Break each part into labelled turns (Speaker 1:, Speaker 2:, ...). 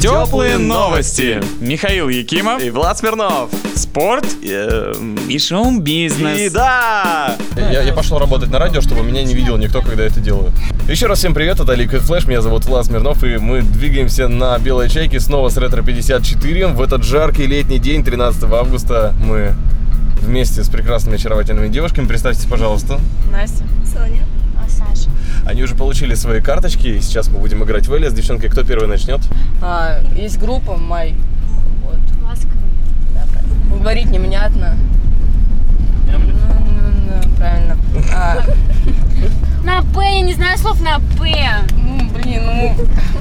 Speaker 1: Теплые новости. Михаил Якимов,
Speaker 2: И Влад Смирнов.
Speaker 1: спорт э, и шоу-бизнес.
Speaker 2: И да!
Speaker 3: Я, я пошел работать на радио, чтобы меня не видел никто, когда это делаю. Еще раз всем привет, это Liquid Flash, меня зовут Влад Смирнов, и мы двигаемся на Белой Чайке снова с Ретро 54. В этот жаркий летний день, 13 августа, мы вместе с прекрасными очаровательными девушками. Представьтесь, пожалуйста.
Speaker 4: Настя.
Speaker 3: Они уже получили свои карточки, и сейчас мы будем играть в Эли с девчонкой. Кто первый начнет?
Speaker 4: А, есть группа Май. Вот. Да, правильно. Говорить невнятно. Ну-ну-ну, Правильно. А,
Speaker 5: На П, я не знаю слов на П.
Speaker 4: ну, блин, ну...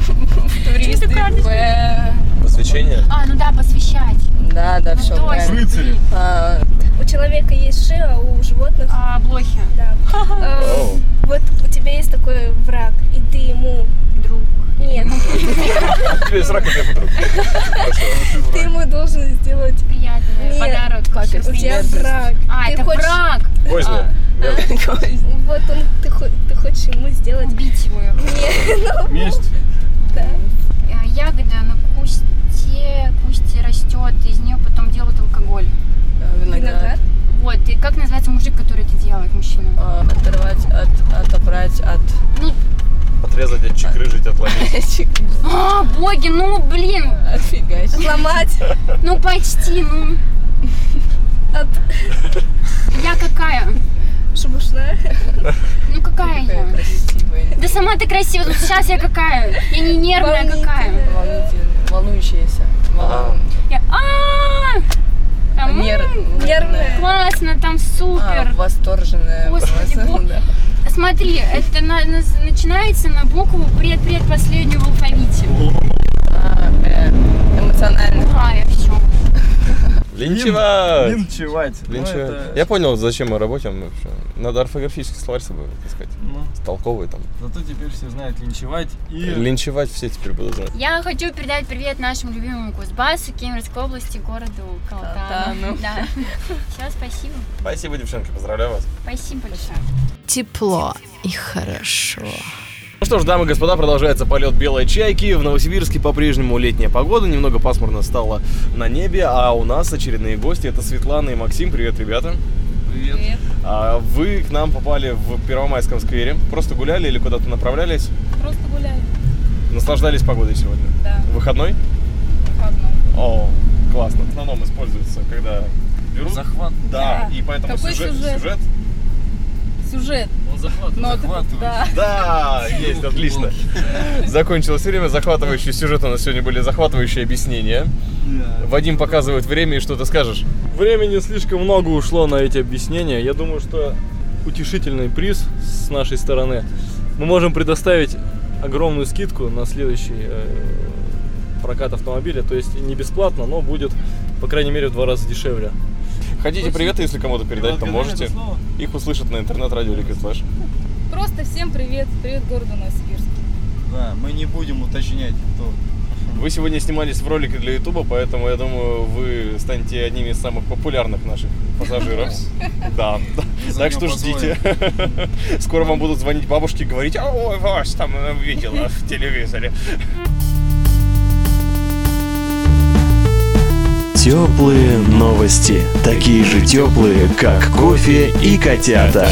Speaker 4: типа, Туристы, Б.
Speaker 3: Посвящение.
Speaker 5: А, ну да, посвящать.
Speaker 4: Да, да,
Speaker 5: Ну,
Speaker 4: все правильно.
Speaker 5: Рыцари.
Speaker 4: А,
Speaker 6: У человека есть ши, а у животных
Speaker 5: А, блохи.
Speaker 6: да. Э,
Speaker 3: Оу.
Speaker 6: Вот у тебя есть такой враг, и ты ему
Speaker 5: Друг.
Speaker 6: нет,
Speaker 3: У тебя есть рак и крепкий друг.
Speaker 6: ты ему должен сделать
Speaker 5: Приятный
Speaker 6: Нет,
Speaker 5: подарок.
Speaker 4: как
Speaker 6: у
Speaker 4: это?
Speaker 6: тебя враг.
Speaker 5: А,
Speaker 6: ты
Speaker 5: это
Speaker 6: хочешь,
Speaker 5: брак.
Speaker 3: Козня.
Speaker 6: вот он, ты, хо- ты хочешь ему сделать
Speaker 5: Убить его.
Speaker 1: Месть.
Speaker 6: да.
Speaker 5: Э, Ягода на кусте, кусте растет, из нее потом делают
Speaker 4: а,
Speaker 5: алкоголь.
Speaker 6: виноград.
Speaker 4: Виноград.
Speaker 5: Вот, и как называется мужик, который это делает, мужчина?
Speaker 4: А, Оторвать от... Отобрать от...
Speaker 3: Отрезать, отчекрыжить, отломить.
Speaker 5: А, боги, ну блин,
Speaker 4: Офигеть.
Speaker 6: Ломать
Speaker 5: ну почти, ну. Я какая?
Speaker 6: шебушная.
Speaker 5: Ну какая
Speaker 4: Какая
Speaker 5: я?
Speaker 4: красивая.
Speaker 5: Да сама ты красивая, ну сейчас я какая? Я не нервная какая.
Speaker 4: Волнительная. Волнующаяся. Волну-
Speaker 5: Я... А! Там, м,
Speaker 4: Нер-
Speaker 6: Нервная.
Speaker 5: Классно, там
Speaker 4: А,
Speaker 5: супер.
Speaker 4: восторженная.
Speaker 5: Господи,
Speaker 4: просто,
Speaker 5: бог.
Speaker 4: да.
Speaker 5: Смотри, это на- на- начинается на букву пред-пред последнюю в алфавите.
Speaker 4: А, э, Эмоционально.
Speaker 5: А, я в чем?
Speaker 3: Линчевать.
Speaker 1: Линчевать. Ну,
Speaker 3: Линчевать.
Speaker 1: это-
Speaker 3: Я понял, зачем мы работаем. вообще. Надо орфографический словарь с собой искать.
Speaker 1: Ну,
Speaker 3: Толковый там.
Speaker 1: зато теперь все знают линчевать и...
Speaker 3: Линчевать все теперь буду знать.
Speaker 5: Я хочу передать привет нашему любимому Кузбассу, Кемеровской области, городу Калтану.
Speaker 4: Калтану.
Speaker 5: Да. Все, спасибо.
Speaker 3: Спасибо, девчонки, поздравляю вас.
Speaker 5: Спасибо большое.
Speaker 7: Тепло и хорошо
Speaker 3: Ну что ж, дамы и господа, продолжается полет белой чайки. В Новосибирске по-прежнему летняя погода, немного пасмурно стало на небе, а у нас очередные гости. Это Светлана и Максим. Привет, ребята.
Speaker 1: Привет.
Speaker 3: А Вы к нам попали в Первомайском сквере. Просто гуляли или куда-то направлялись?
Speaker 6: Просто гуляю.
Speaker 3: Наслаждались погодой сегодня?
Speaker 6: Да.
Speaker 3: Выходной? О, классно. В основном используется, когда берут.
Speaker 1: Захват.
Speaker 3: Да,
Speaker 6: Да.
Speaker 3: и поэтому
Speaker 6: Какой сюжет? Сюжет.
Speaker 1: Он захват, захватывает.
Speaker 3: Да, есть, отлично. Закончилось время. Захватывающие сюжеты у нас сегодня были захватывающие объяснения.
Speaker 1: Да.
Speaker 3: Вадим показывает время, и что ты скажешь?
Speaker 8: Времени слишком много ушло на эти объяснения. Я думаю, что утешительный приз с нашей стороны. Мы можем предоставить огромную скидку на следующий э, прокат автомобиля. То есть не бесплатно, но будет, по крайней мере, в два раза дешевле.
Speaker 3: Хотите привет, если кому-то передать, то
Speaker 1: Отгадай
Speaker 3: можете.
Speaker 1: это слово.
Speaker 3: Их услышат на интернет-радио Liquid Flash.
Speaker 6: Просто всем привет. Привет городу Новосибирск.
Speaker 1: Да, мы не будем уточнять, кто.
Speaker 3: Вы сегодня снимались в ролике для Ютуба, поэтому я думаю, вы станете одними из самых популярных наших пассажиров. Да.
Speaker 1: За
Speaker 3: Так
Speaker 1: него
Speaker 3: что ждите. Скоро вам будут звонить бабушки и говорить, «А, ой, вас там э, видела в телевизоре.
Speaker 2: Теплые новости. Такие же теплые, как кофе и котята.